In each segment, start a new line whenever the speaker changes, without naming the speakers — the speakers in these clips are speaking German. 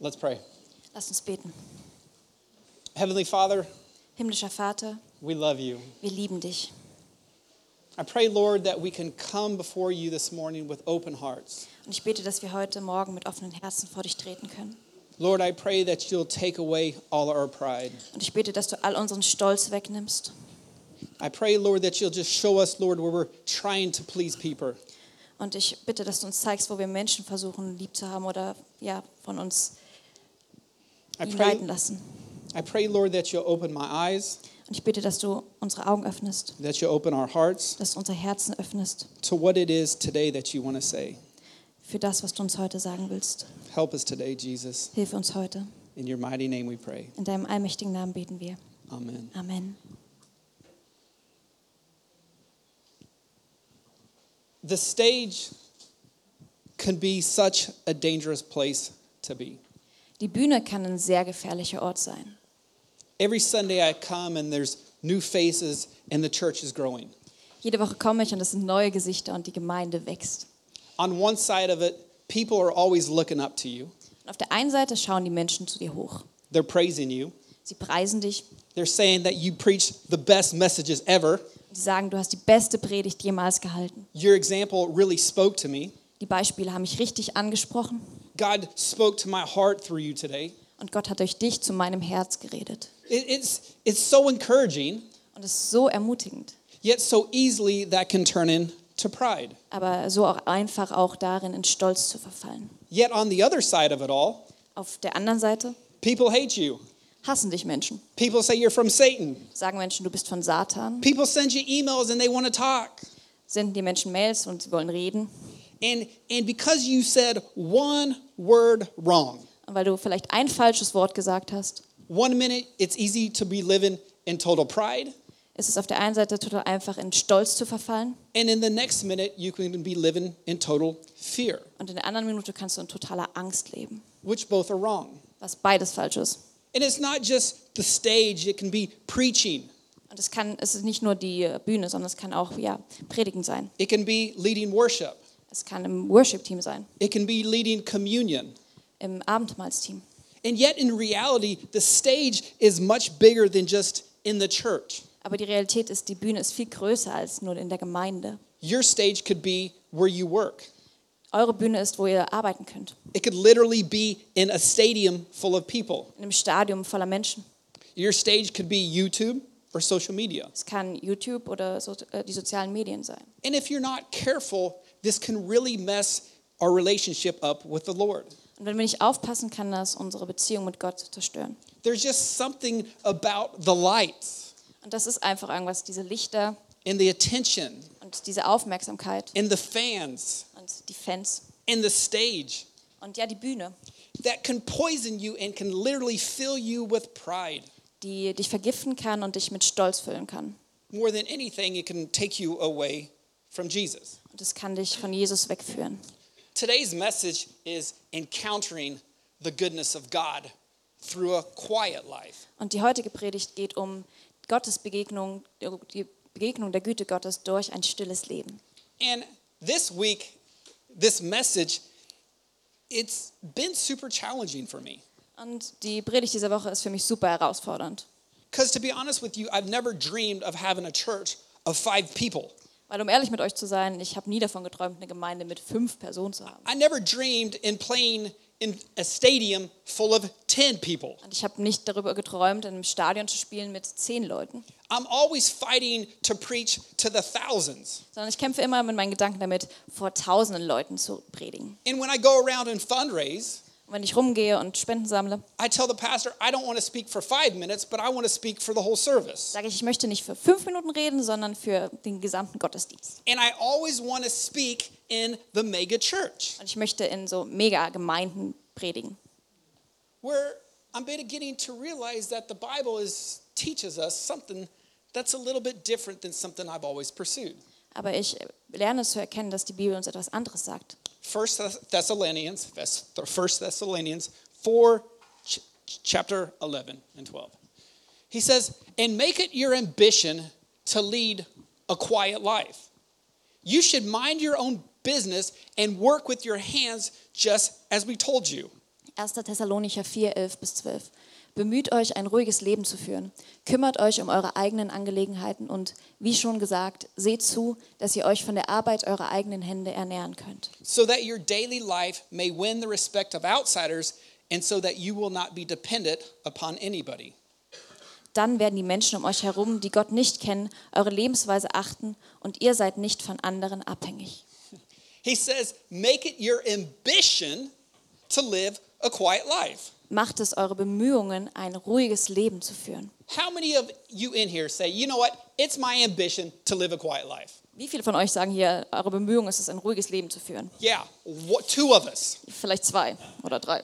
Let's pray.
Lass uns beten.
Heavenly Father,
Himmlischer Vater,
we love you.
wir lieben dich.
I pray, Lord, that we can come before you this morning with open hearts.
Und ich bete, dass wir heute Morgen mit offenen Herzen vor dich treten können.
Lord, I pray that you'll take away all our pride.
Und ich bete, dass du all unseren Stolz wegnimmst.
I pray, Lord, that you'll just show us, Lord, where we're trying to please people.
Und ich bitte, dass du uns zeigst, wo wir Menschen versuchen, lieb zu haben oder ja, von uns
I
ihn
pray,
leiten lassen.
I pray, Lord, that you'll open my eyes,
Und ich bitte, dass du unsere Augen öffnest,
that you'll open our hearts
dass du unser Herzen öffnest
to what it is today that you want to say.
für das, was du uns heute sagen willst.
Help us today, Jesus.
Hilf uns heute.
In your mighty name we pray.
In deinem allmächtigen Namen beten wir.
Amen.
Amen.
The stage can be such a dangerous place to be.
Die Bühne kann ein sehr gefährlicher Ort sein.
Every Sunday I come and there's new faces and the church is growing.
Jede Woche komme ich und es sind neue Gesichter und die Gemeinde wächst.
On one side of it, people are always looking up to you.
Und auf der einen Seite schauen die Menschen zu dir hoch.
They're praising you.
Sie preisen dich
They're saying that you preach the best messages ever.
und sie sagen, du hast die beste Predigt jemals gehalten.
Your example really spoke to me.
Die Beispiele haben mich richtig angesprochen
God spoke to my heart through you today.
und Gott hat durch dich zu meinem Herz geredet.
It- It's, it's so encouraging,
Und es ist so ermutigend,
yet so easily that can turn into pride.
aber so auch einfach auch darin, in Stolz zu verfallen.
Yet on the other side of it all,
Auf der anderen Seite
people hate you.
hassen dich Menschen,
People say you're from Satan.
sagen Menschen, du bist von Satan,
People send you emails and they want to talk.
senden dir Menschen Mails und sie wollen reden.
And, and because you said one word wrong,
Und weil du vielleicht ein falsches Wort gesagt hast,
one minute it's easy to be living in total pride,
ist es auf der einen Seite total einfach, in Stolz zu verfallen
and in the next minute you can be living in total fear,
und in der anderen Minute kannst du in totaler Angst leben,
which both are wrong.
was beides falsch ist.
And it's not just the stage, it can be preaching,
Und es kann, es ist nicht nur die äh, Bühne, sondern es kann auch ja, Predigen sein.
it can be leading worship,
Es kann im Worship-Team sein,
it can be leading communion.
im Abendmahlsteam.
And yet, in reality, the stage is much bigger than just in the church.
Aber die Realität ist, die Bühne ist viel größer als nur in der Gemeinde.
Your stage could be where you work.
Eure Bühne ist, wo ihr arbeiten könnt.
It could literally be in a stadium full of people.
In einem Stadium voller Menschen.
Your stage could be YouTube or social media.
Es kann YouTube oder so, äh, die sozialen Medien sein.
And if you're not careful, this can really mess our relationship up with the Lord.
Und wenn wir nicht aufpassen, kann das unsere Beziehung mit Gott zerstören.
There's just something about the lights
Und das ist einfach irgendwas, diese Lichter
and the attention
und diese Aufmerksamkeit
and the fans
und die Fans
and the stage
und ja, die Bühne,
that can poison you and can literally fill you with pride.
die dich vergiften kann und dich mit Stolz füllen kann.
More than anything, it can take you away from Jesus.
Und das kann dich von Jesus wegführen.
Today's message is encountering the goodness of God through a quiet life.
Und die heutige Predigt geht um Gottes Begegnung, die Begegnung der Güte Gottes durch ein stilles Leben.
And this week, this message, it's been super challenging for me.
Und die Predigt dieser Woche ist für mich super herausfordernd,
Because to be honest with you, I've never dreamed of having a church of five people.
weil um ehrlich mit euch zu sein, ich habe nie davon geträumt, eine Gemeinde mit fünf Personen zu haben.
I never dreamed in playing in a stadium full of 10 people.
Und ich habe nicht darüber geträumt, in einem Stadion zu spielen mit zehn Leuten,
I'm always fighting to preach to the thousands.
sondern ich kämpfe immer mit meinen Gedanken damit, vor tausenden Leuten zu predigen.
And when I go around and fundraise,
Und wenn ich rumgehe und Spenden sammle,
I tell the pastor, I don't want to speak for five minutes, but I want to speak for the whole service.
sage ich, ich möchte nicht für fünf Minuten reden, sondern für den gesamten Gottesdienst.
And I always want to speak in the mega church
Und ich möchte in so Mega-Gemeinden predigen.
where I'm beginning to realize that the Bible is, teaches us something that's a little bit different than something I've always pursued.
Aber ich lerne zu erkennen, dass die Bibel uns etwas anderes sagt.
First Thess- Thessalonians, Thess- First Thessalonians 4, ch- chapter 11 and 12. He says, And make it your ambition to lead a quiet life. You should mind your own business and work with your hands just as we told you.
1. Thessalonicher 4, 11 bis 12. Bemüht euch, ein ruhiges Leben zu führen. Kümmert euch um eure eigenen Angelegenheiten und, wie schon gesagt, seht zu, dass ihr euch von der Arbeit eurer eigenen Hände ernähren könnt.
so that your daily life may win the respect of outsiders and so that you will not be dependent upon anybody.
Dann werden die Menschen um euch herum, die Gott nicht kennen, eure Lebensweise achten und ihr seid nicht von anderen abhängig.
He says, make it your ambition to live a quiet life.
Macht es eure Bemühungen, ein ruhiges Leben zu führen.
How many of you in here say, you know what, it's my ambition to live a quiet life?
Wie viele von euch sagen hier, eure Bemühung ist es, ein ruhiges Leben zu führen?
Yeah, what, two of us.
Vielleicht zwei oder drei.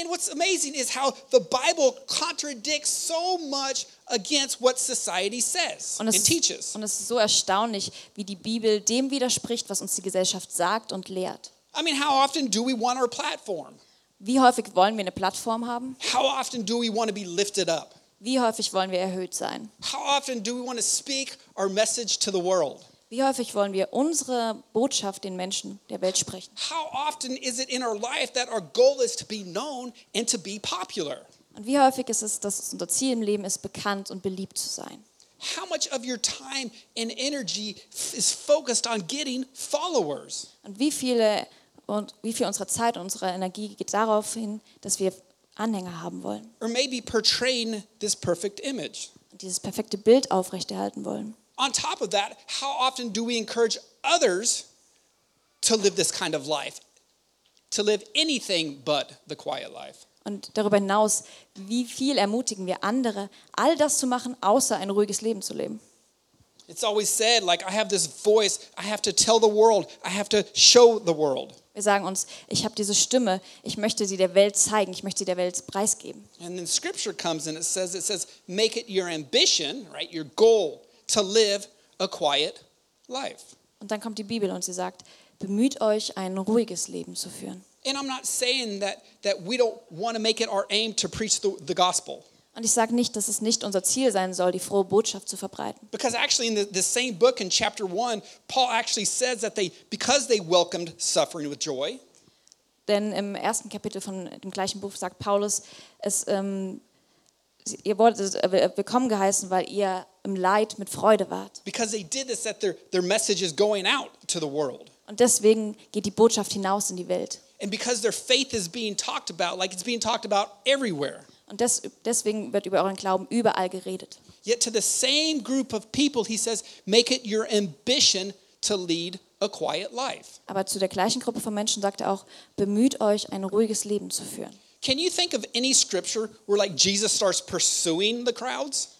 And what's amazing is how the Bible contradicts so much against what society says
Und
and
es,
teaches.
und es ist so erstaunlich, wie die Bibel dem widerspricht, was uns die Gesellschaft sagt und lehrt.
I mean, how often do we want our platform?
Wie häufig wollen wir eine Plattform haben?
How often do we want to be lifted up?
Wie häufig wollen wir erhöht sein?
How often do we want to speak our message to the world?
Wie häufig wollen wir unsere Botschaft den Menschen der Welt sprechen?
How often is it in our life that our goal is to be known and to be popular?
Und wie häufig ist es, dass unser Ziel im Leben ist, bekannt und beliebt zu sein?
How much of your time and energy f- is focused on getting followers?
Und wie viele und wie viel unserer Zeit und unserer Energie geht darauf hin, dass wir Anhänger haben wollen
Or maybe portraying this perfect image?
und dieses perfekte Bild aufrechterhalten wollen?
On top of that, how often do we encourage others to live this kind of life? To live anything but the quiet life?
Und darüber hinaus, wie viel ermutigen wir andere, all das zu machen, außer ein ruhiges Leben zu leben?
It's always said, like, I have this voice, I have to tell the world, I have to show the world.
Wir sagen uns, ich habe diese Stimme, ich möchte sie der Welt zeigen, ich möchte sie der Welt preisgeben.
And then scripture comes and it says, it says, make it your ambition, right? Your goal to live a quiet life.
Und dann kommt die Bibel und sie sagt, bemüht euch, ein ruhiges Leben zu führen.
And I'm not saying that that we don't want to make it our aim to preach the, the gospel.
Und ich sage nicht, dass es nicht unser Ziel sein soll, die frohe Botschaft zu verbreiten.
Because actually in the, the same book in chapter one, Paul actually says that they because they welcomed suffering with joy,
Denn im ersten Kapitel von dem gleichen Buch sagt Paulus, es, ähm, sie- ihr wurdet äh, willkommen geheißen, weil ihr im Leid mit Freude wart.
because they did this, that their, their message is going out to the world.
Und deswegen geht die Botschaft hinaus in die Welt.
And because their faith is being talked about, like it's being talked about everywhere.
Und des, deswegen wird über euren Glauben überall geredet.
Yet to the same group of people, he says, make it your ambition to lead a quiet life.
Aber zu der gleichen Gruppe von Menschen sagt er auch, bemüht euch, ein ruhiges Leben zu führen.
Can you think of any scripture where like Jesus starts pursuing the crowds?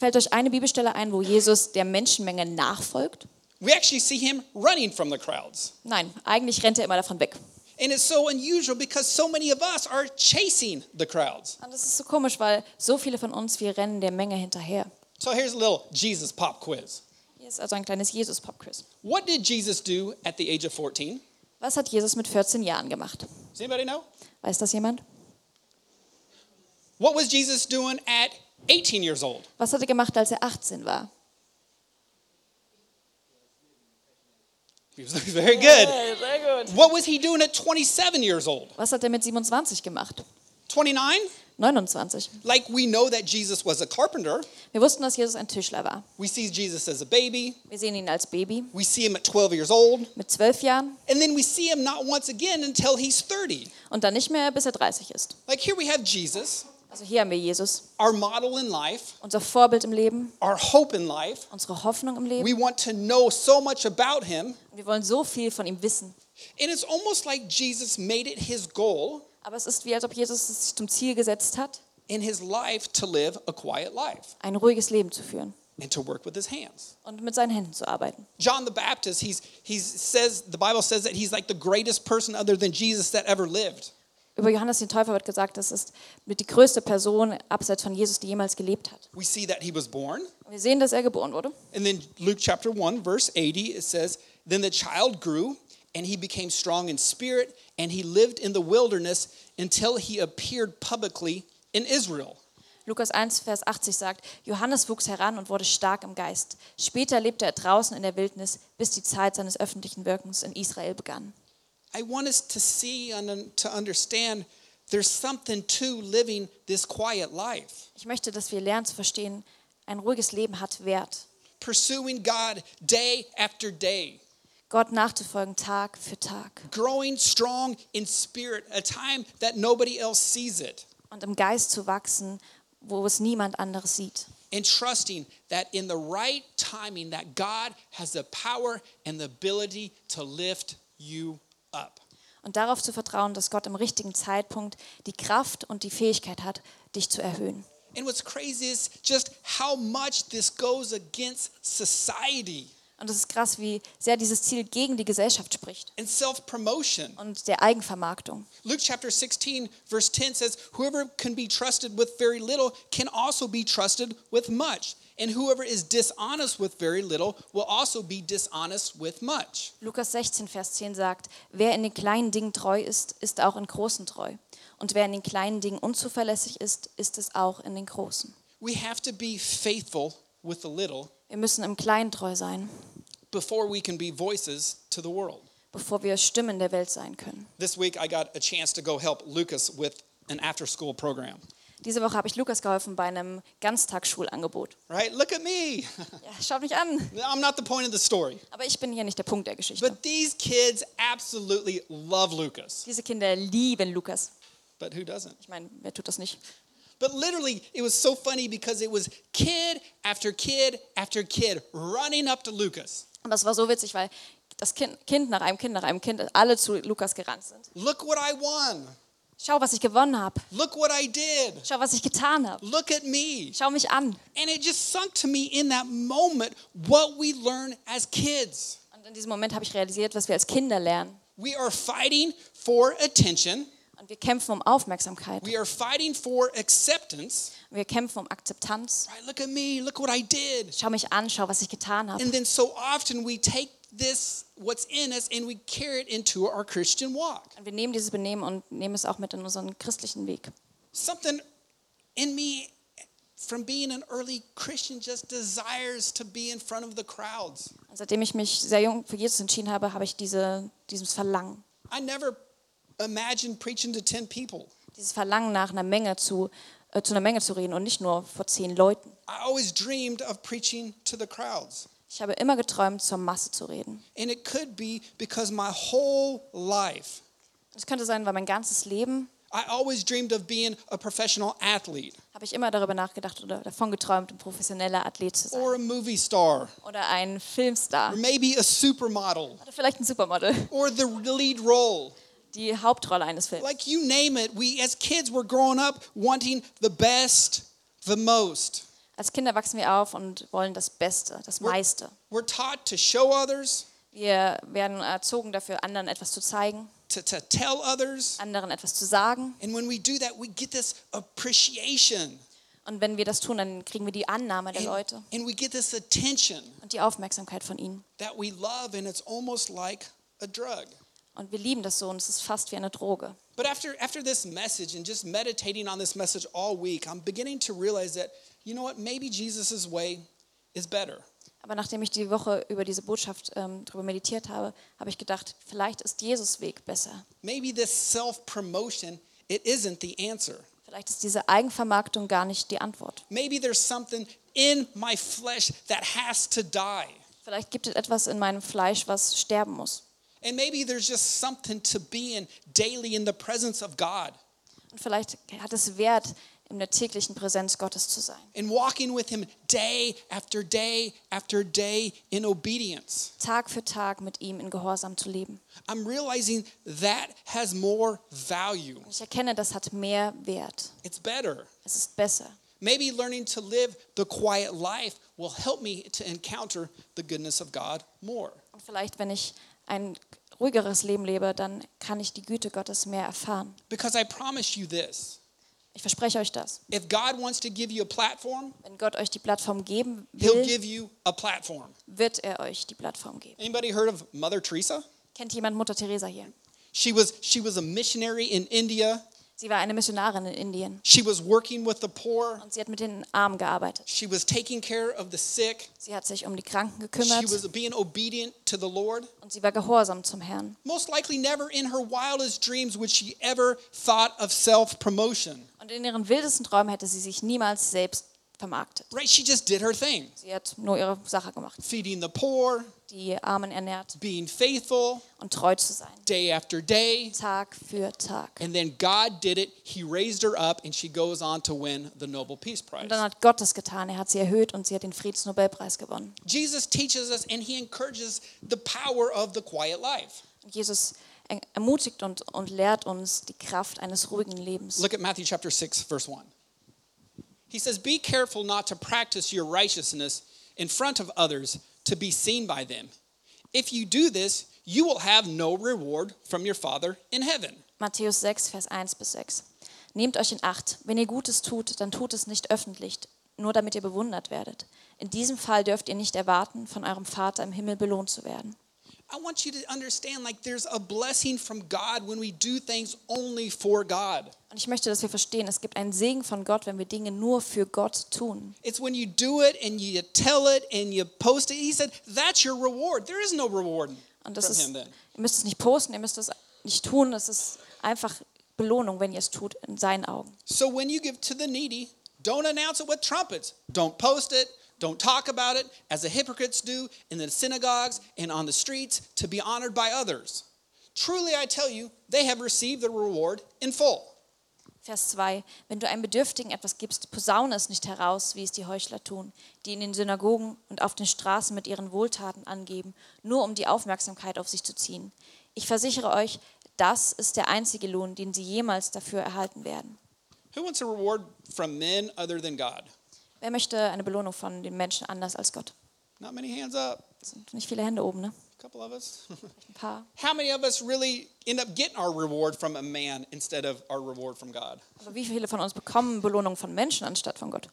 Fällt euch eine Bibelstelle ein, wo Jesus der Menschenmenge nachfolgt?
We actually see him running from the crowds.
Nein, eigentlich rennt er immer davon weg.
And it's so unusual because so many of us are chasing the crowds.
Und das ist so komisch, weil so viele von uns, wir rennen der Menge hinterher.
So here's a little Jesus pop quiz.
Hier ist also ein kleines Jesus-Pop-Quiz.
What did Jesus do at the age of 14?
Was hat Jesus mit 14 Jahren gemacht?
Does anybody know?
Weiß das jemand?
What was Jesus doing at 18 years old?
Was hat er gemacht, als er 18 war?
He was very good.
Sehr gut.
What was he doing at 27 years old?
Was hat er mit 27 gemacht?
29?
29.
Like we know that Jesus was a carpenter.
Wir wussten, dass Jesus ein Tischler war.
We see Jesus as a baby.
Wir sehen ihn als Baby
We see him at 12 years old.
mit 12 Jahren
And then we see him not once again until he's 30.
und dann nicht mehr, bis er 30 ist.
Like here we have Jesus,
Also hier haben wir Jesus,
our model in life,
unser Vorbild im Leben,
our hope in life.
unsere Hoffnung im Leben.
We want to know so much about him.
Wir wollen so viel von ihm wissen.
And it's almost like Jesus made it his goal
Aber es ist wie, als ob Jesus es sich zum Ziel gesetzt hat,
in his life to live a quiet life
ein ruhiges Leben zu führen
and to work with his hands.
und mit seinen Händen zu arbeiten.
John the Baptist, he's, he's says, the Bible says that he's like the greatest person other than Jesus that ever lived.
Über Johannes den Täufer wird gesagt, das ist mit die größte Person abseits von Jesus, die jemals gelebt hat.
We see that he was born.
Wir sehen, dass er geboren wurde.
And then Luke chapter 1, verse 80, it says, Then the child grew, and he became strong in spirit, and he lived in the wilderness until he appeared publicly in Israel.
Lukas 1, Vers 80 sagt, Johannes wuchs heran und wurde stark im Geist. Später lebte er draußen in der Wildnis, bis die Zeit seines öffentlichen Wirkens in Israel begann.
I want us to see and un- to understand there's something to living this quiet life.
Ich möchte, dass wir lernen zu verstehen, ein ruhiges Leben hat Wert.
Pursuing God day after day,
Gott nachzufolgen, Tag für Tag.
growing strong in spirit, a time that nobody else sees it,
Und im Geist zu wachsen, wo es niemand anderes sieht.
and trusting that in the right timing that God has the power and the ability to lift you up.
Und darauf zu vertrauen, dass Gott im richtigen Zeitpunkt die Kraft und die Fähigkeit hat, dich zu erhöhen.
And what's crazy is just how much this goes against society
Und es ist krass, wie sehr dieses Ziel gegen die Gesellschaft spricht
and self promotion.
und der Eigenvermarktung.
Luke chapter 16, verse 10 says, Whoever can be trusted with very little can also be trusted with much. And whoever is dishonest with very little will also be dishonest with much.
Lukas 16, Vers 10 sagt, wer in den kleinen Dingen treu ist, ist auch in großen treu. Und wer in den kleinen Dingen unzuverlässig ist, ist es auch in den großen.
We have to be faithful with the little
Wir müssen im Kleinen treu sein,
before we can be voices to the world.
bevor wir Stimmen der Welt sein können.
This week, I got a chance to go help Lucas with an after school program.
Diese Woche habe ich Lukas geholfen bei einem Ganztagsschulangebot.
Right? Look at me.
Ja, schaut mich an.
I'm not the point of the story.
Aber ich bin hier nicht der Punkt der Geschichte.
But these kids absolutely love Lucas.
Diese Kinder lieben Lukas.
But who doesn't?
Ich meine, wer tut das nicht?
But literally, it was so funny because it was kid after kid after kid running up to Lucas.
Aber es war so witzig, weil das kind, kind nach einem Kind nach einem Kind alle zu Lukas gerannt sind.
Look what I won.
Schau, was ich gewonnen habe.
Look what I did.
Schau, was ich getan habe.
Look at me.
Schau mich an.
And it just sunk to me in that moment what we learn as kids.
Und in diesem Moment habe ich realisiert, was wir als Kinder lernen.
We are fighting for attention,
Und wir kämpfen um Aufmerksamkeit.
we are fighting for acceptance.
Wir kämpfen um Akzeptanz.
Right? Look at me. Look what I did.
Schau mich an, schau, was ich getan habe.
And then so often we take this, what's in us, and we carry it into our Christian walk.
Und wir nehmen dieses Benehmen und nehmen es auch mit in unseren christlichen Weg.
something in me from being an early Christian just desires to be in front of the crowds.
Und seitdem ich mich sehr jung für Jesus entschieden habe, habe ich diese, dieses Verlangen.
I never imagined preaching to 10 people.
Dieses Verlangen nach einer Menge zu, äh, zu einer Menge zu reden und nicht nur vor zehn Leuten.
I always dreamed of preaching to the crowds.
Ich habe immer geträumt, zur Masse zu reden.
And it could be because my whole life,
Es könnte sein, weil mein ganzes Leben
I always dreamed of being a professional athlete
habe ich immer darüber nachgedacht oder davon geträumt, ein professioneller Athlet zu sein.
or a movie star
Oder ein Filmstar.
or maybe a supermodel
Oder vielleicht ein Supermodel.
or the lead role.
Die Hauptrolle eines Films.
Like you name it, we as kids were growing up wanting the best, the most.
Als Kinder wachsen wir auf und wollen das Beste, das
We're-
meiste.
We're taught to show others,
Wir werden erzogen dafür, anderen etwas zu zeigen,
to, to tell others.
anderen etwas zu sagen.
And when we do that, we get this appreciation
Und wenn wir das tun, dann kriegen wir die Annahme der
and,
Leute
and we get this attention
und die Aufmerksamkeit von ihnen.
that we love, and it's almost like a drug.
Und wir lieben das so und es ist fast wie eine Droge.
But after, after this message and just meditating on this message all week, I'm beginning to realize that, you know what, maybe Jesus' way is better.
Aber nachdem ich die Woche über diese Botschaft ähm, darüber meditiert habe, habe ich gedacht, vielleicht ist Jesus Weg besser.
Maybe this self promotion, it isn't the answer.
Vielleicht ist diese Eigenvermarktung gar nicht die Antwort.
Maybe there's something in my flesh that has to die.
Vielleicht gibt es etwas in meinem Fleisch, was sterben muss.
And maybe there's just something to be in daily in the presence of God
Und vielleicht hat es Wert, in der täglichen Präsenz Gottes zu sein.
and walking with Him day after day after day in obedience.
Tag für Tag mit ihm in Gehorsam zu leben.
I'm realizing that has more value.
Und ich erkenne, das hat mehr Wert.
It's better.
Es ist besser.
Maybe learning to live the quiet life will help me to encounter the goodness of God more.
Und vielleicht, wenn ich ein ruhigeres Leben lebe, dann kann ich die Güte Gottes mehr erfahren.
Because I promise you this
Ich verspreche euch das.
if God wants to give you a platform,
Wenn Gott euch die Plattform geben
He'll
will,
give you a platform.
wird er euch die Plattform geben.
Anybody heard of Mother Teresa?
Kennt jemand Mutter Teresa hier?
She was, she was a missionary in India.
Sie war eine Missionarin in Indien
She was working with the poor.
und sie hat mit den Armen gearbeitet.
She was taking care of the sick.
Sie hat sich um die Kranken
She
gekümmert
was being obedient to the Lord.
und sie war gehorsam zum Herrn.
Most likely, never in her wildest dreams would she ever thought of self promotion,
Und in ihren wildesten Träumen hätte sie sich niemals selbst vermarktet.
right? She just did her thing
Sie hat nur ihre Sache gemacht,
feeding the poor,
die Armen ernährt
being faithful
und treu zu sein,
day after day.
Tag für Tag.
And then God did it. He raised her up, and she goes on to win the Nobel Peace Prize.
Und dann hat Gott es getan. Er hat sie erhöht und sie hat den Friedensnobelpreis gewonnen.
Jesus teaches us and he encourages the power of the quiet life.
Und Jesus er- ermutigt und, und lehrt uns die Kraft eines ruhigen Lebens.
Look at Matthew chapter 6 verse 1. He says, "Be careful not to practice your righteousness in front of others to be seen by them. If you do this, you will have no reward from your Father in heaven."
Matthäus 6, Vers 1 bis 6. Nehmt euch in Acht, wenn ihr Gutes tut, dann tut es nicht öffentlich, nur damit ihr bewundert werdet. In diesem Fall dürft ihr nicht erwarten, von eurem Vater im Himmel belohnt zu werden.
I want you to understand like there's a blessing from God when we do things only for God.
Und ich möchte, dass wir verstehen, es gibt einen Segen von Gott, wenn wir Dinge nur für Gott tun.
It's when you do it and you tell it and you post it. He said, "That's your reward. There is no reward
Und das
from
ist,
him
ihr
then."
müsst es nicht posten, ihr müsst es nicht tun, es ist einfach Belohnung, wenn ihr es tut, in seinen Augen.
So when you give to the needy, don't announce it with trumpets. Don't post it. Don't talk about it as the hypocrites do in the synagogues and on the streets to be honored by others. Truly, I tell you, they have received their reward in full.
Vers 2. Wenn du einem Bedürftigen etwas gibst, posaune es nicht heraus, wie es die Heuchler tun, die in den Synagogen und auf den Straßen mit ihren Wohltaten angeben, nur um die Aufmerksamkeit auf sich zu ziehen. Ich versichere euch, das ist der einzige Lohn, den sie jemals dafür erhalten werden.
Who wants a reward from men other than God?
Wer möchte eine Belohnung von den Menschen anders als Gott?
Not many hands up.
Es sind nicht viele Hände oben, ne?
A couple of us.
Ein paar.
How many of us really end up getting our reward from a man instead of our reward from God?
Aber Also wie viele von uns bekommen Belohnung von Menschen anstatt von Gott?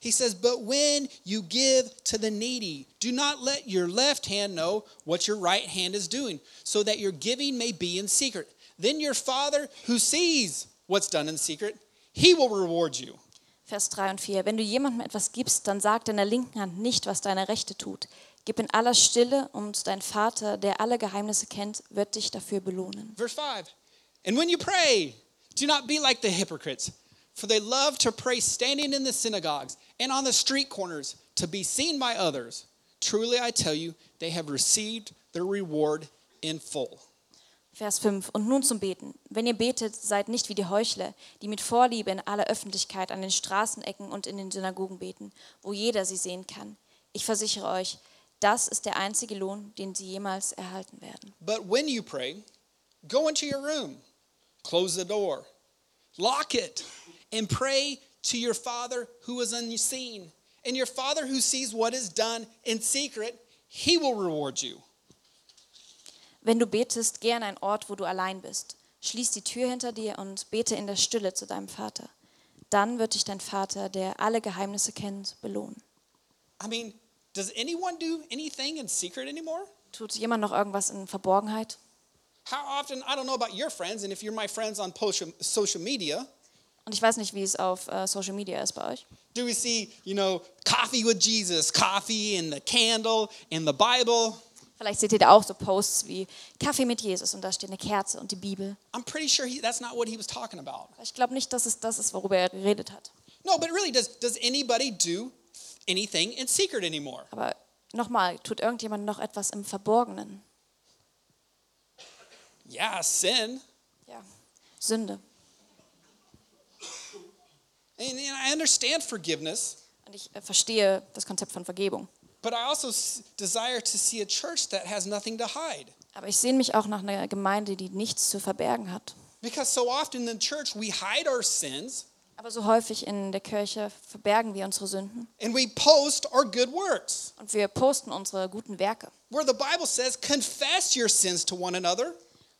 He says, But when you give to the needy, do not let your left hand know what your right hand is doing, so that your giving may be in secret. Then your Father, who sees what's done in secret, he will reward you.
Vers 3 und 4. Wenn du jemandem etwas gibst, dann sag deiner linken Hand nicht, was deine rechte tut. Gib in aller Stille und dein Vater, der alle Geheimnisse kennt, wird dich dafür belohnen.
Verse 5 And when you pray, do not be like the hypocrites, for they love to pray standing in the synagogues and on the street corners to be seen by others. Truly, I tell you, they have received their reward in full.
Vers 5. Und nun zum Beten. Wenn ihr betet, seid nicht wie die Heuchler, die mit Vorliebe in aller Öffentlichkeit an den Straßenecken und in den Synagogen beten, wo jeder sie sehen kann. Ich versichere euch, das ist der einzige Lohn, den sie jemals erhalten werden.
But when you pray, go into your room, close the door, lock it, and pray to your Father who is unseen. And your Father who sees what is done in secret, he will reward you.
Wenn du betest, geh an einen Ort, wo du allein bist. Schließ die Tür hinter dir und bete in der Stille zu deinem Vater. Dann wird dich dein Vater, der alle Geheimnisse kennt, belohnen.
I mean, does anyone do anything in secret anymore?
Tut jemand noch irgendwas in Verborgenheit?
How often, I don't know about your friends, and if you're my friends on pocia- social media,
Und ich weiß nicht, wie es auf äh, Social Media ist bei euch.
do we see, you know, coffee with Jesus, coffee and the candle and the Bible?
Vielleicht seht ihr da auch so Posts wie Kaffee mit Jesus und da steht eine Kerze und die Bibel.
I'm pretty sure he, that's not what he was talking about.
Aber Ich glaube nicht, dass es das ist, worüber er geredet hat.
No, but really, does does anybody do anything in secret anymore?
Aber nochmal, tut irgendjemand noch etwas im Verborgenen?
Yeah, sin.
Ja, Sünde.
And, and I understand forgiveness,
Und ich äh, verstehe das Konzept von Vergebung.
but I also s- desire to see a church that has nothing to hide.
Aber ich sehne mich auch nach einer Gemeinde, die nichts zu verbergen hat.
Because so often in church we hide our sins
Aber so häufig in der Kirche verbergen wir unsere Sünden
and we post our good works.
und wir posten unsere guten Werke.
Where the Bible says, confess your sins to one another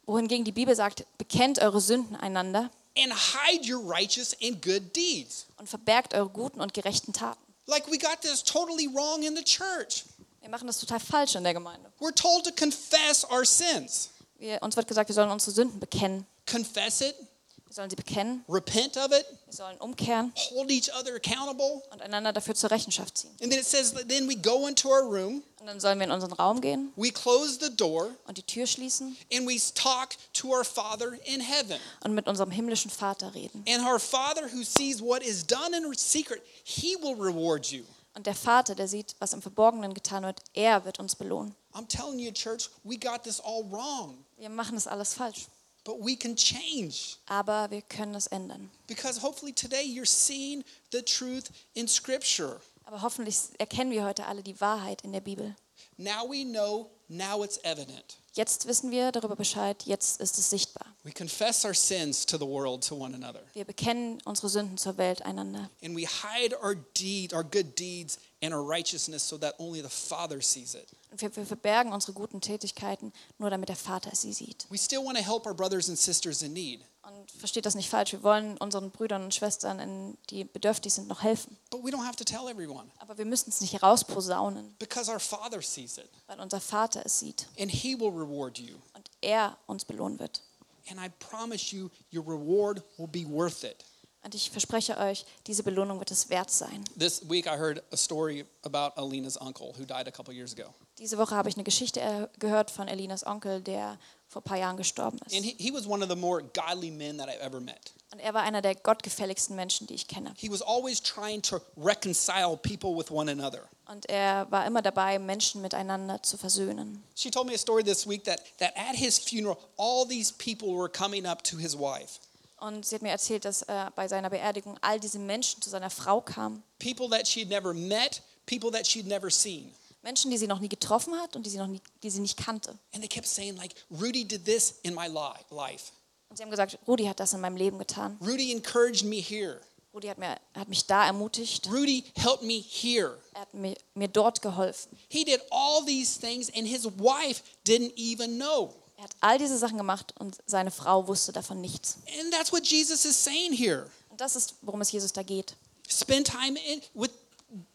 Wohingegen die Bibel sagt, bekennt eure Sünden einander
and hide your righteous and good deeds.
und verbergt eure guten und gerechten Taten.
Like we got this totally wrong in the church.
Wir machen das total falsch in der Gemeinde.
We're told to confess our sins.
Wir, uns wird gesagt, wir sollen unsere Sünden bekennen.
Confess it,
Wir Wir sollen sie bekennen,
repent of it,
wir sollen umkehren
hold each other accountable.
und einander dafür zur Rechenschaft ziehen.
And then it says that then we go into our room,
Und dann sollen wir in unseren Raum gehen
we close the door,
und die Tür schließen
and we talk to our Father in heaven.
und mit unserem himmlischen Vater reden.
And our Father who sees what is done in secret, he will reward you.
Und der Vater, der sieht, was im Verborgenen getan wird, er wird uns belohnen.
I'm telling you, church, we got this all wrong,
Wir machen das alles falsch,
but we can change
aber wir können das ändern.
because hopefully today you're seeing the truth in Scripture.
Aber hoffentlich erkennen wir heute alle die Wahrheit in der Bibel.
Now we know, now it's evident.
Jetzt wissen wir darüber Bescheid, jetzt ist es sichtbar.
We confess our sins to the world, to one another,
Wir bekennen unsere Sünden zur Welt einander.
and we hide our deed, our good deeds, and our righteousness so that only the Father sees it.
Und wir, wir verbergen unsere guten Tätigkeiten, nur damit der Vater sie sieht.
We still want to help our brothers and sisters in need,
Und versteht das nicht falsch, wir wollen unseren Brüdern und Schwestern, in- die bedürftig sind, noch helfen.
but we don't have to tell everyone
Aber wir müssen es nicht herausposaunen,
because our Father sees it,
weil unser Vater es sieht
and He will reward you.
und er uns belohnen wird.
And I promise you, your reward will be worth it.
Und ich verspreche euch, diese Belohnung wird es wert sein.
This week, I heard a story about Alina's uncle who died a couple years ago.
Diese Woche habe ich eine Geschichte äh, gehört von Elinas Onkel, der vor ein paar Jahren gestorben
And
ist.
he, he was one of the more godly men that I've ever met.
Und er war einer der gottgefälligsten Menschen, die ich kenne.
He was always trying to reconcile people with one another.
Und er war immer dabei, Menschen miteinander zu versöhnen.
She told me a story this week that, that at his funeral, all these people were coming up to his wife.
Und sie hat mir erzählt, dass äh, bei seiner Beerdigung all diese Menschen zu seiner Frau kamen.
People that she'd never met, people that she'd never seen.
Menschen, die sie noch nie getroffen hat und die sie, noch nie, die sie nicht kannte.
And they kept saying, like, Rudy did this in my li- life.
Und sie haben gesagt, Rudi hat das in meinem Leben getan.
Rudy encouraged me here.
Rudi hat, mir, hat mich da ermutigt.
Rudy helped me here.
Er hat mir, mir dort geholfen.
He did all these things, and his wife didn't even know.
Er hat all diese Sachen gemacht und seine Frau wusste davon nichts.
And that's what Jesus is saying here.
Und das ist, worum es Jesus da geht.
Spend time in, with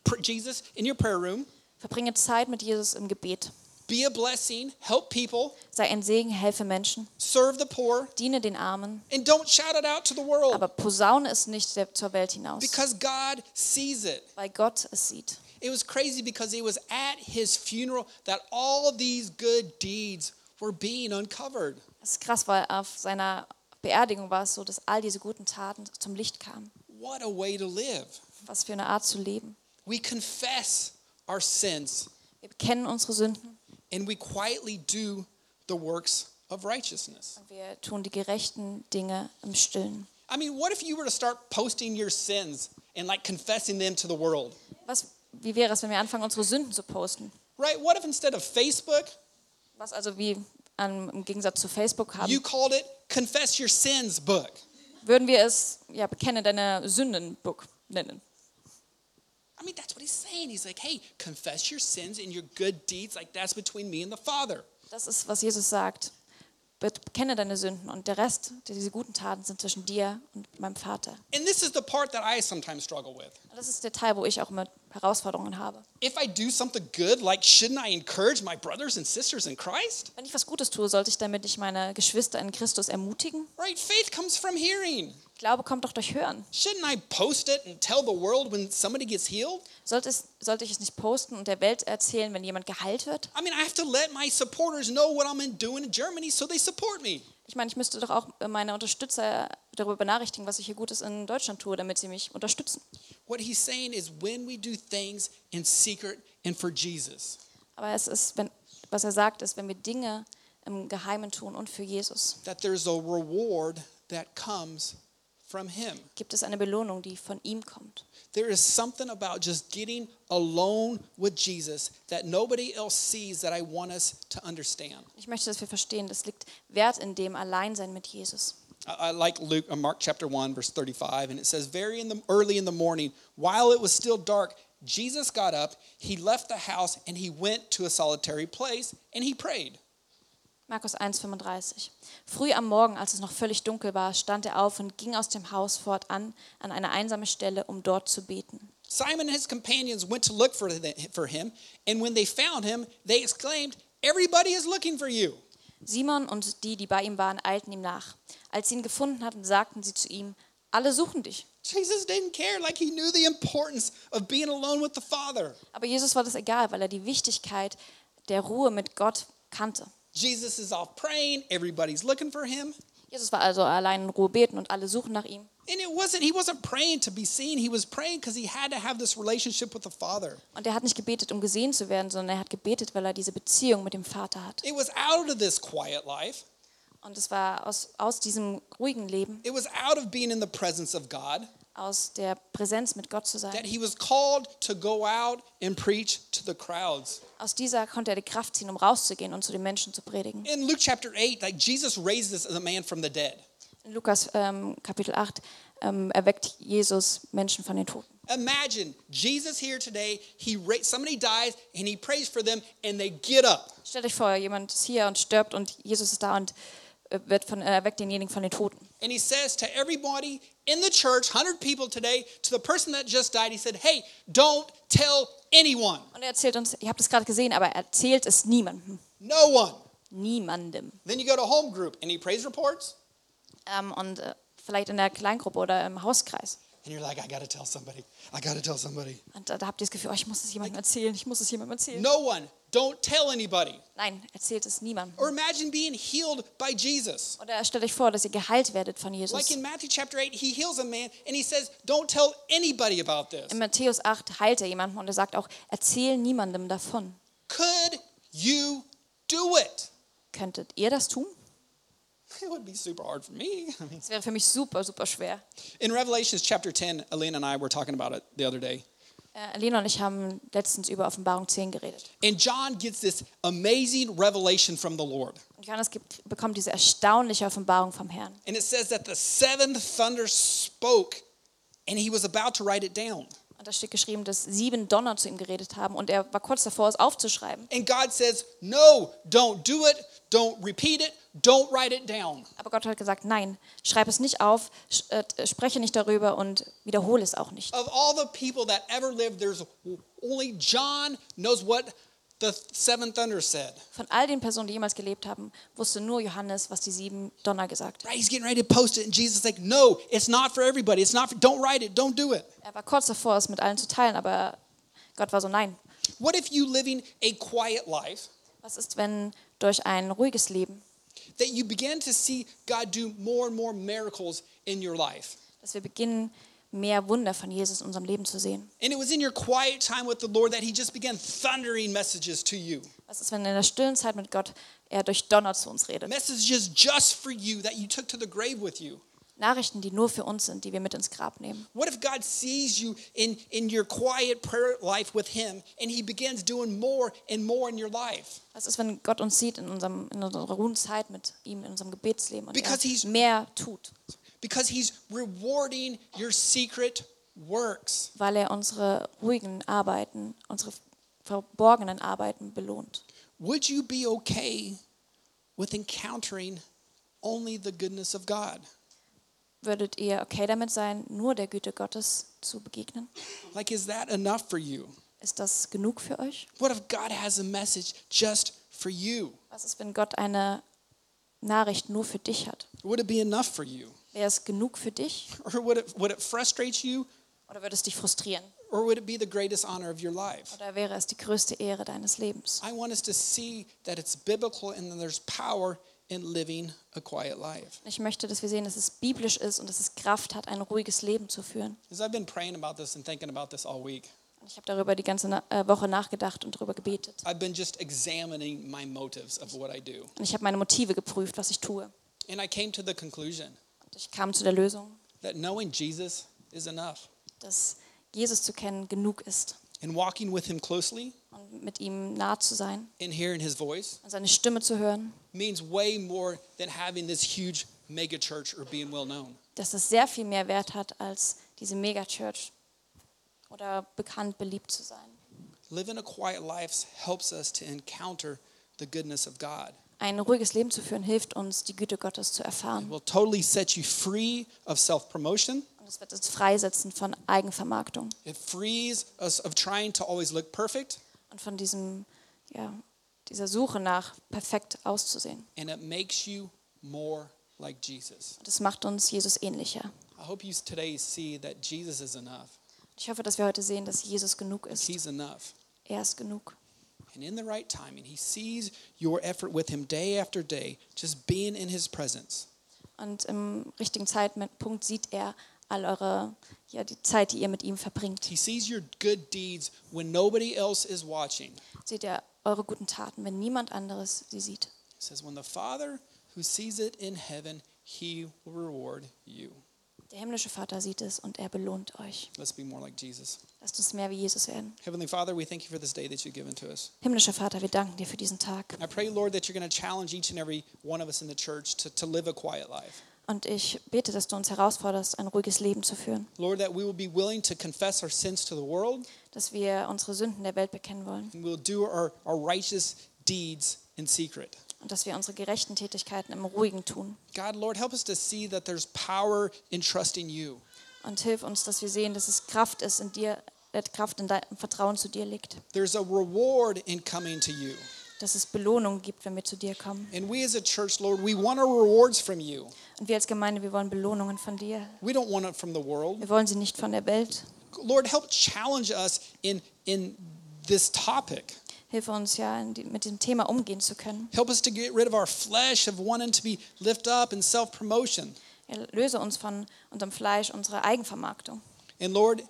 pr- Jesus in your prayer room.
Verbringe Zeit mit Jesus im Gebet.
Be a blessing, help people,
Sei ein Segen, helfe Menschen,
serve the poor,
diene den Armen,
and don't shout it out to the world
aber posaune es nicht der, zur Welt hinaus,
because God sees it.
weil Gott es sieht.
It was crazy because it was at his funeral that all these good deeds were being uncovered.
Das ist krass, weil auf seiner Beerdigung war es so, dass all diese guten Taten zum Licht kamen.
What a way to live.
Was für eine Art zu leben.
We confess our sins
Wir bekennen unsere Sünden
and we quietly do the works of righteousness.
und wir tun die gerechten Dinge im Stillen.
I mean, what if you were to start posting your sins and like confessing them to the world?
Was, wie wäre es, wenn wir anfangen, unsere Sünden zu posten?
Right? What if instead of Facebook,
Was also wie an, im Gegensatz zu Facebook haben,
you called it Confess Your Sins book?
würden wir es, ja, bekenne deine Sünden-Book nennen.
I mean, that's what he's saying. He's like, hey, confess your sins and your good deeds. Like, that's between me and the Father.
Das ist, was Jesus sagt. Bekenne deine Sünden und der Rest, diese guten Taten, sind zwischen dir und meinem Vater.
And this is the part that I sometimes struggle with.
Und das ist der Teil, wo ich auch immer Herausforderungen habe.
If I do something good, like, shouldn't I encourage my brothers and sisters in Christ?
Wenn ich was Gutes tue, sollte ich damit nicht meine Geschwister in Christus ermutigen?
Right? Faith comes from hearing.
Glaube kommt doch durch Hören.
Shouldn't I post it and tell the world when somebody gets healed?
Sollte, es, sollte ich es nicht posten und der Welt erzählen, wenn jemand geheilt wird?
I mean, I have to let my supporters know what I'm doing in Germany so they support me.
Ich meine, ich müsste doch auch meine Unterstützer darüber benachrichtigen, was ich hier Gutes in Deutschland tue, damit sie mich unterstützen.
What he's saying is when we do things in secret and for Jesus,
Aber es ist, wenn, was er sagt, ist, wenn wir Dinge im Geheimen tun und für Jesus,
that there's a reward that comes from him.
gibt es eine Belohnung, die von ihm kommt.
There is something about just getting alone with Jesus that nobody else sees that I want us to understand.
Ich möchte, dass wir verstehen, das liegt Wert in dem Alleinsein mit Jesus.
I, I like Luke, uh, Mark chapter 1, verse 35, and it says, Very in the, early in the morning, while it was still dark, Jesus got up, he left the house, and he went to a solitary place, and he prayed.
Markus 1,35. Früh am Morgen, als es noch völlig dunkel war, stand er auf und ging aus dem Haus fortan an eine einsame Stelle, um dort zu beten.
Simon and his companions went to look for, the, for him, and when they found him, they exclaimed, Everybody is looking for you.
Simon und die, die bei ihm waren, eilten ihm nach. Als sie ihn gefunden hatten, sagten sie zu ihm, alle suchen dich.
Jesus didn't care, like he knew the importance of being alone with the Father.
Aber Jesus war das egal, weil er die Wichtigkeit der Ruhe mit Gott kannte.
Jesus is off praying, everybody's looking for him.
Jesus war also allein in Ruhe beten und alle suchen nach ihm.
And it wasn't, he wasn't praying to be seen, he was praying because he had to have this relationship with the Father.
Und er hat nicht gebetet, um gesehen zu werden, sondern er hat gebetet, weil er diese Beziehung mit dem Vater hat.
It was out of this quiet life,
Und es war aus, aus diesem ruhigen Leben,
it was out of being in the presence of God
aus der Präsenz mit Gott zu
that
sein,
he was called to go out and preach to the crowds.
aus dieser konnte er die Kraft ziehen, um rauszugehen und zu den Menschen zu predigen.
In Luke chapter 8, like Jesus raises the man from the dead.
In Lukas ähm, Kapitel 8 ähm, erweckt Jesus Menschen von den Toten.
Imagine Jesus here today, he ra- somebody dies and he prays for them and they get up.
Stellt euch vor, jemand ist hier und stirbt und Jesus ist da und äh, wird von, äh, erweckt denjenigen von den Toten.
And he says to everybody in the church, 100 people today, to the person that just died, he said, Hey, don't tell anyone,
Und er erzählt uns, ihr habt es gerade gesehen, aber er erzählt es niemandem.
no one.
Niemandem.
Then you go to home group and he prays reports,
Ähm, und äh, vielleicht in der Kleingruppe oder im Hauskreis.
and you're like, I gotta tell somebody. I gotta tell somebody.
Und da, da habt ihr das Gefühl, oh, ich muss es jemandem erzählen, ich muss es jemandem erzählen.
No one. Don't tell anybody.
Nein, erzählt es niemandem.
Or imagine being healed by Jesus.
Oder stellt euch vor, dass ihr geheilt werdet von
Like
Jesus.
in Matthew chapter 8, he heals a man and he says, Don't tell anybody about this.
In Matthäus 8 heilt er jemanden und er sagt auch, erzähl niemandem davon.
Could you do it?
Könntet ihr das tun?
It would be super hard for me. I mean,
Das wäre für mich super, super schwer.
in Revelations chapter 10, Elena and I were talking about it the other day.
Äh, Lena und ich haben letztens über Offenbarung 10 geredet.
And John gets this amazing revelation from the Lord.
Und Johannes gibt, bekommt diese erstaunliche Offenbarung vom Herrn.
And it says that the seventh thunder spoke and he was about to write it down.
Und da steht geschrieben, dass sieben Donner zu ihm geredet haben und er war kurz davor, es aufzuschreiben.
And God says, No, don't do it. Don't repeat it. Don't write it down.
Aber Gott hat gesagt, nein, schreib es nicht auf, sch- äh, spreche nicht darüber und wiederhole es auch nicht.
Of all the people that ever lived, there's only John knows what the seven thunder said.
Von all den Personen, die jemals gelebt haben, wusste nur Johannes, was die sieben Donner gesagt haben.
Right? He's getting ready to post it. And Jesus is like, No, it's not for everybody. It's not for, don't write it. Don't do it.
Er war kurz davor, es mit allen zu teilen, aber Gott war so, nein.
What if you living a quiet life
Was ist, wenn durch ein ruhiges Leben,
that you begin to see God do more and more miracles in your life.
dass wir beginnen, mehr Wunder von Jesus in unserem Leben zu sehen?
And it was in your quiet time with the Lord that He just began thundering messages to you.
Was ist, wenn in der stillen Zeit mit Gott er durch Donner zu uns redet?
Messages just for you that you took to the grave with you.
Nachrichten, die nur für uns sind, die wir mit ins Grab nehmen.
What if God sees you in, in your quiet prayer life with Him and He begins doing more and more in your life?
Was ist, wenn Gott uns sieht in, unserem, in unserer ruhen Zeit mit ihm, in unserem Gebetsleben und
Because he's-
er mehr tut,
Because He's rewarding your secret works.
weil er unsere ruhigen Arbeiten, unsere verborgenen Arbeiten belohnt?
Would you be okay with encountering only the goodness of God?
Würdet ihr okay damit sein, nur der Güte Gottes zu begegnen?
Like, is that enough for you?
Ist das genug für euch?
What if God has a message just for you?
Was ist, wenn Gott eine Nachricht nur für dich hat?
Would it be enough for you?
Wäre es genug für dich
Or would it, would it frustrate you?
oder würde es dich frustrieren?
Or would it be the greatest honor of your life?
Oder wäre es die größte Ehre deines Lebens?
I want us to see that it's biblical and that there's power in living a quiet life.
Ich möchte, dass wir sehen, dass es biblisch ist und dass es Kraft hat, ein ruhiges Leben zu führen.
Because I've been praying about this and thinking about this all week,
Und ich habe darüber die ganze Na äh, Woche nachgedacht und darüber gebetet.
I've been just examining my motives of what I do.
Und ich habe meine Motive geprüft, was ich tue.
And I came to the conclusion
Und ich kam zu der Lösung,
that knowing Jesus is enough,
dass Jesus zu kennen genug ist
and walking with him closely
und mit ihm nah zu sein
and hearing his voice
und seine Stimme zu hören,
means way more than having this huge mega church or being well known.
dass das sehr viel mehr Wert hat als diese Megachurch oder bekannt beliebt zu sein.
Living a quiet life helps us to encounter the goodness of God.
Ein ruhiges Leben zu führen hilft uns, die Güte Gottes zu
It
erfahren.
will totally set you free of self promotion.
Und es wird uns freisetzen von Eigenvermarktung
It frees us of trying to always look perfect,
und von diesem, ja, dieser Suche nach perfekt auszusehen.
and it makes you more like Jesus.
Das macht uns Jesus ähnlicher.
I hope you today see that Jesus is enough.
Ich hoffe, dass wir heute sehen, dass Jesus genug ist.
He's enough.
Er ist genug.
And in the right timing, He sees your effort with Him day after day, just being in His presence.
Und im richtigen Zeitpunkt sieht er all eure, ja, die Zeit, die ihr mit ihm verbringt.
He sees your good deeds when nobody else is watching. It
Seht er eure guten Taten, wenn niemand anderes sie sieht.
says, When the Father who sees it in heaven, He will reward you.
Der himmlische Vater sieht es und er belohnt euch.
Let's be more like Jesus.
Lasst uns mehr wie Jesus werden.
Heavenly Father, we thank you for this day that you've given to us.
Himmlischer Vater, wir danken dir für diesen Tag.
I pray, Lord, that you're going to challenge each and every one of us in the church to, to live a quiet life.
Und ich bete, dass du uns herausforderst, ein ruhiges Leben zu führen.
Lord, that we will be willing to confess our sins to the world
Dass wir unsere Sünden der Welt bekennen wollen.
and we'll do our, our righteous deeds in secret.
Und dass wir unsere gerechten Tätigkeiten im Ruhigen tun.
God, Lord, help us to see that there's power in trusting you.
Und hilf uns, dass wir sehen, dass es Kraft ist in dir, äh, Kraft in deinem Vertrauen zu dir liegt.
There's a reward in coming to you.
Dass es Belohnung gibt, wenn wir zu dir kommen.
And we as a church, Lord, we want our rewards from you.
Und wir als Gemeinde, wir wollen Belohnungen von dir.
We don't want it from the world.
Wir wollen sie nicht von der Welt.
Lord, help challenge us in, in this topic.
Hilfe uns ja, in die- mit dem Thema umgehen zu können.
Help us to get rid of our flesh of wanting to be lift up and self promotion.
Erlöse uns von unserem Fleisch, unserer Eigenvermarktung.
And Lord,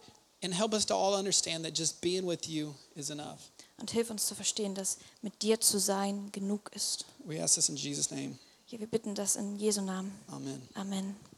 and help us to all understand that just being with you is enough.
Und hilf uns zu verstehen, dass mit dir zu sein genug ist.
We ask this in Jesus' name.
Ja, wir bitten das in Jesu Namen.
Amen.
Amen.